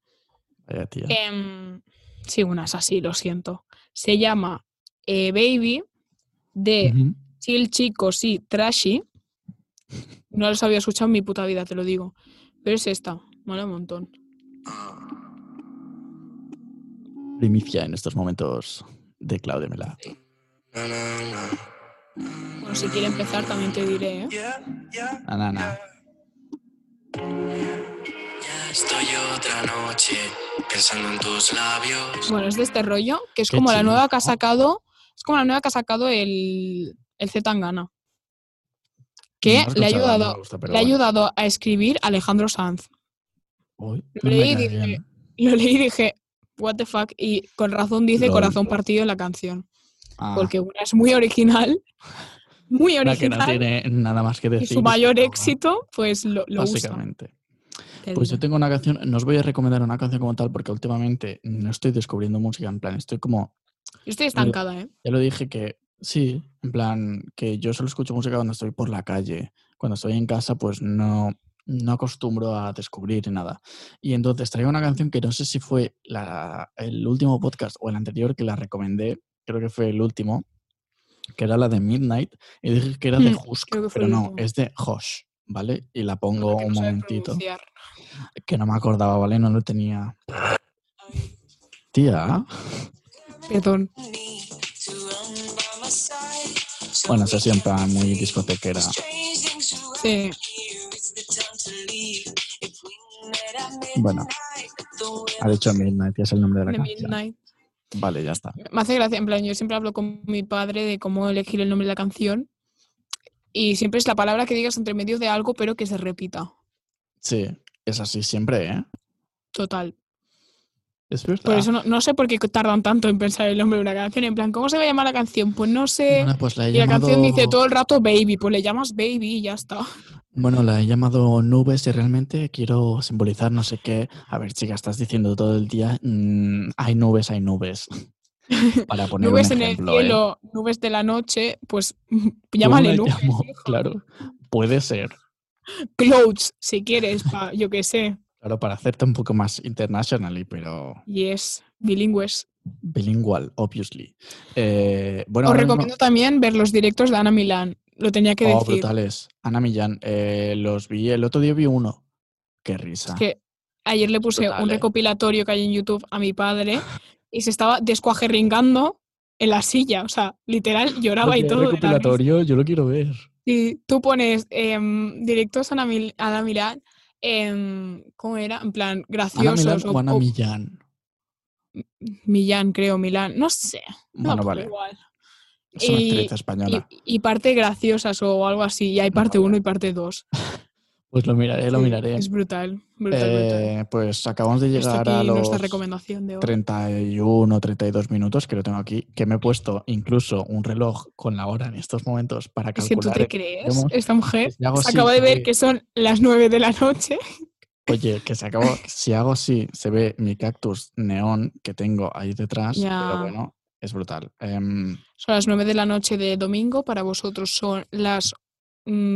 Speaker 2: Vaya tía.
Speaker 1: em, sí, una es así, lo siento. Se llama eh, Baby de
Speaker 2: Ujú.
Speaker 1: Chill Chico Sí Trashy. No los había escuchado en mi puta vida, te lo digo. Pero es esta, mola un montón.
Speaker 3: Ah,
Speaker 2: Primicia en estos momentos de Claudia Mela.
Speaker 1: Bueno, si quiere empezar, también te diré, ¿eh?
Speaker 2: Na, na, na.
Speaker 3: Estoy otra noche pensando en tus labios.
Speaker 1: Bueno, es de este rollo, que es
Speaker 2: Qué
Speaker 1: como la
Speaker 2: chill,
Speaker 1: nueva que ha
Speaker 2: ¿no?
Speaker 1: sacado. Es como la nueva que ha sacado el, el Z Tangana. Que
Speaker 2: No lo he
Speaker 1: le ha
Speaker 2: escuchado, no me
Speaker 1: ayudado,
Speaker 2: gusta, pero
Speaker 1: le ha
Speaker 2: bueno.
Speaker 1: ayudado a escribir Alejandro Sanz.
Speaker 2: Uy, no me
Speaker 1: Lo leí y
Speaker 2: cae
Speaker 1: dije,
Speaker 2: bien.
Speaker 1: Lo leí y dije, what the fuck, y con razón dice
Speaker 2: Lol.
Speaker 1: corazón partido en la canción.
Speaker 2: Ah,
Speaker 1: Porque una es muy original, muy
Speaker 2: una que
Speaker 1: original,
Speaker 2: no tiene nada más que decir.
Speaker 1: y su mayor
Speaker 2: ahoga,
Speaker 1: éxito, pues lo, lo usa.
Speaker 2: Básicamente.
Speaker 1: te
Speaker 2: Pues yo
Speaker 1: diré.
Speaker 2: tengo una canción, no os voy a recomendar una canción como tal porque últimamente no estoy descubriendo música, en plan, estoy como,
Speaker 1: Yo estoy estancada, ¿eh?
Speaker 2: ya lo dije que sí, en plan, que yo solo escucho música cuando estoy por la calle, cuando estoy en casa pues no, no acostumbro a descubrir nada. Y entonces traigo una canción que no sé si fue la- el último podcast o el anterior que la recomendé, creo que fue el último, que era la de Midnight, y dije que era de
Speaker 1: Mm,
Speaker 2: Husk,
Speaker 1: creo que fue
Speaker 2: pero
Speaker 1: el
Speaker 2: no,
Speaker 1: último.
Speaker 2: es de Hosh, ¿vale? Y la pongo
Speaker 1: Porque
Speaker 2: un
Speaker 1: no sabe
Speaker 2: momentito,
Speaker 1: pronunciar.
Speaker 2: que no me acordaba, ¿vale? No lo tenía. Tía,
Speaker 1: Perdón.
Speaker 2: bueno, eso siempre muy discotequera.
Speaker 1: Sí.
Speaker 2: Bueno, ha dicho Midnight, y es el nombre de la
Speaker 1: de
Speaker 2: canción.
Speaker 1: Midnight.
Speaker 2: Vale, ya está.
Speaker 1: Me hace gracia, en plan, yo siempre hablo con mi padre de cómo elegir el nombre de la canción y siempre es la palabra que digas entre medio de algo, pero que se repita.
Speaker 2: Sí, es así siempre, ¿eh?
Speaker 1: Total.
Speaker 2: Es verdad.
Speaker 1: Por Pues eso no, no sé por qué tardan tanto en pensar el nombre de una canción. En plan, ¿cómo se va a llamar la canción? Pues no sé.
Speaker 2: Bueno, pues la he
Speaker 1: y la canción dice
Speaker 2: llamado-
Speaker 1: todo el rato baby, pues le llamas baby y ya está.
Speaker 2: Bueno, la he llamado nubes y realmente quiero simbolizar no sé qué. A ver, chica, estás diciendo todo el día, mm, hay nubes, hay nubes. Para poner
Speaker 1: Nubes
Speaker 2: un
Speaker 1: en
Speaker 2: ejemplo,
Speaker 1: el
Speaker 2: ¿eh?
Speaker 1: cielo, nubes de la noche, pues
Speaker 2: Yo
Speaker 1: llámale
Speaker 2: la
Speaker 1: nubes.
Speaker 2: llamo,
Speaker 1: hijo.
Speaker 2: claro, puede ser.
Speaker 1: Clouds, si quieres, pa- yo qué sé.
Speaker 2: Claro, para hacerte un poco más international, pero
Speaker 1: Yes, bilingües.
Speaker 2: bilingual, obviously. Eh, bueno,
Speaker 1: Os
Speaker 2: ahora mismo-
Speaker 1: recomiendo también ver los directos de Ana Milán. Lo tenía que
Speaker 2: Oh,
Speaker 1: decir.
Speaker 2: brutales. Ana Millán, eh, los vi, el otro día vi uno. Qué risa.
Speaker 1: que Ayer le puse
Speaker 2: brutal,
Speaker 1: un
Speaker 2: ¿eh?
Speaker 1: recopilatorio que hay en YouTube a mi padre y se estaba descuajerringando en la silla. O sea, literal, lloraba y
Speaker 2: Oye,
Speaker 1: todo. de la risa.
Speaker 2: recopilatorio, yo lo quiero ver.
Speaker 1: Y tú pones em, directos a Ana, Mil- Ana Milán. em, ¿Cómo era? En plan,
Speaker 2: Ana
Speaker 1: graciosos.
Speaker 2: Millán
Speaker 1: o-
Speaker 2: o Ana
Speaker 1: o
Speaker 2: Millán.
Speaker 1: Millán, creo, Milán. No sé. me
Speaker 2: Bueno,
Speaker 1: da un poco
Speaker 2: vale.
Speaker 1: igual.
Speaker 2: Es una
Speaker 1: Y-
Speaker 2: actriz española.
Speaker 1: Y, y parte graciosas o algo así. Y hay parte
Speaker 2: Vale.
Speaker 1: 1 y parte 2.
Speaker 2: Pues lo miraré, lo miraré.
Speaker 1: Es brutal. brutal, brutal.
Speaker 2: Eh, pues acabamos de
Speaker 1: Hasta
Speaker 2: llegar a
Speaker 1: aquí
Speaker 2: los
Speaker 1: nuestra recomendación de hoy.
Speaker 2: 31 32 minutos que lo tengo aquí, que me he puesto incluso un reloj con la hora en estos momentos para
Speaker 1: Es que tú
Speaker 2: calcular.
Speaker 1: te
Speaker 2: el-
Speaker 1: crees,
Speaker 2: tenemos-
Speaker 1: esta mujer
Speaker 2: si hago
Speaker 1: se
Speaker 2: así,
Speaker 1: acaba de
Speaker 2: se
Speaker 1: ver
Speaker 2: ve-
Speaker 1: que son las 9 de la noche.
Speaker 2: Oye, que se acabó. si hago así, se ve mi cactus neón que tengo ahí detrás,
Speaker 1: Ya.
Speaker 2: pero bueno, es brutal. Em,
Speaker 1: Son las 9 de la noche de domingo, para vosotros son las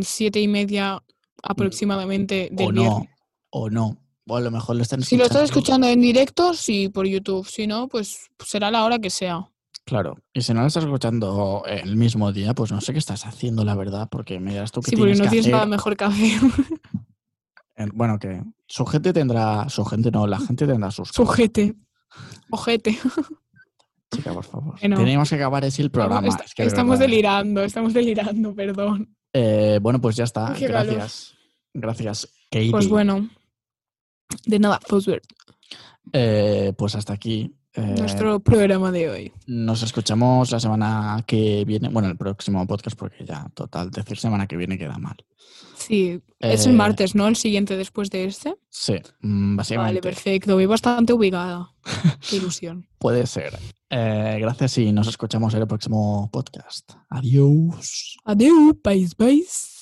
Speaker 1: 7 y media aproximadamente del
Speaker 2: Mm, o no,
Speaker 1: viernes.
Speaker 2: o no. O a lo mejor lo están
Speaker 1: Si lo estás
Speaker 2: escuchando.
Speaker 1: escuchando en directo, sí, por YouTube. Si no, pues será la hora que sea.
Speaker 2: Claro. Y si no lo estás escuchando el mismo día, pues no sé qué estás haciendo, la verdad, porque me dirás tú que
Speaker 1: Sí, porque
Speaker 2: tienes
Speaker 1: no
Speaker 2: que
Speaker 1: tienes
Speaker 2: hacer.
Speaker 1: nada mejor que hacer.
Speaker 2: Eh, Bueno, que su gente tendrá, su gente no, la gente tendrá sus cosas,
Speaker 1: Sujete. Ojete.
Speaker 2: chica, por favor.
Speaker 1: Bueno.
Speaker 2: Tenemos que acabar así el programa.
Speaker 1: Est-
Speaker 2: es que de
Speaker 1: estamos
Speaker 2: verdad,
Speaker 1: delirando, estamos delirando, perdón.
Speaker 2: eh, bueno, pues ya está.
Speaker 1: Qué calor.
Speaker 2: Gracias. Gracias, Katie.
Speaker 1: Pues bueno, de nada, pues Fosbert,
Speaker 2: Eh, pues hasta aquí. Eh,
Speaker 1: nuestro programa de hoy.
Speaker 2: Nos escuchamos la semana que viene. Bueno, el próximo podcast, porque ya, total, decir semana que viene queda mal.
Speaker 1: Sí, es el
Speaker 2: Eh,
Speaker 1: martes, ¿no? El siguiente después de este.
Speaker 2: Sí, mm, básicamente.
Speaker 1: Vale, perfecto. Voy bastante ubicada. Qué ilusión.
Speaker 2: Puede ser. Eh, gracias y nos escuchamos en el próximo podcast. Adiós.
Speaker 1: Adiós, país, país.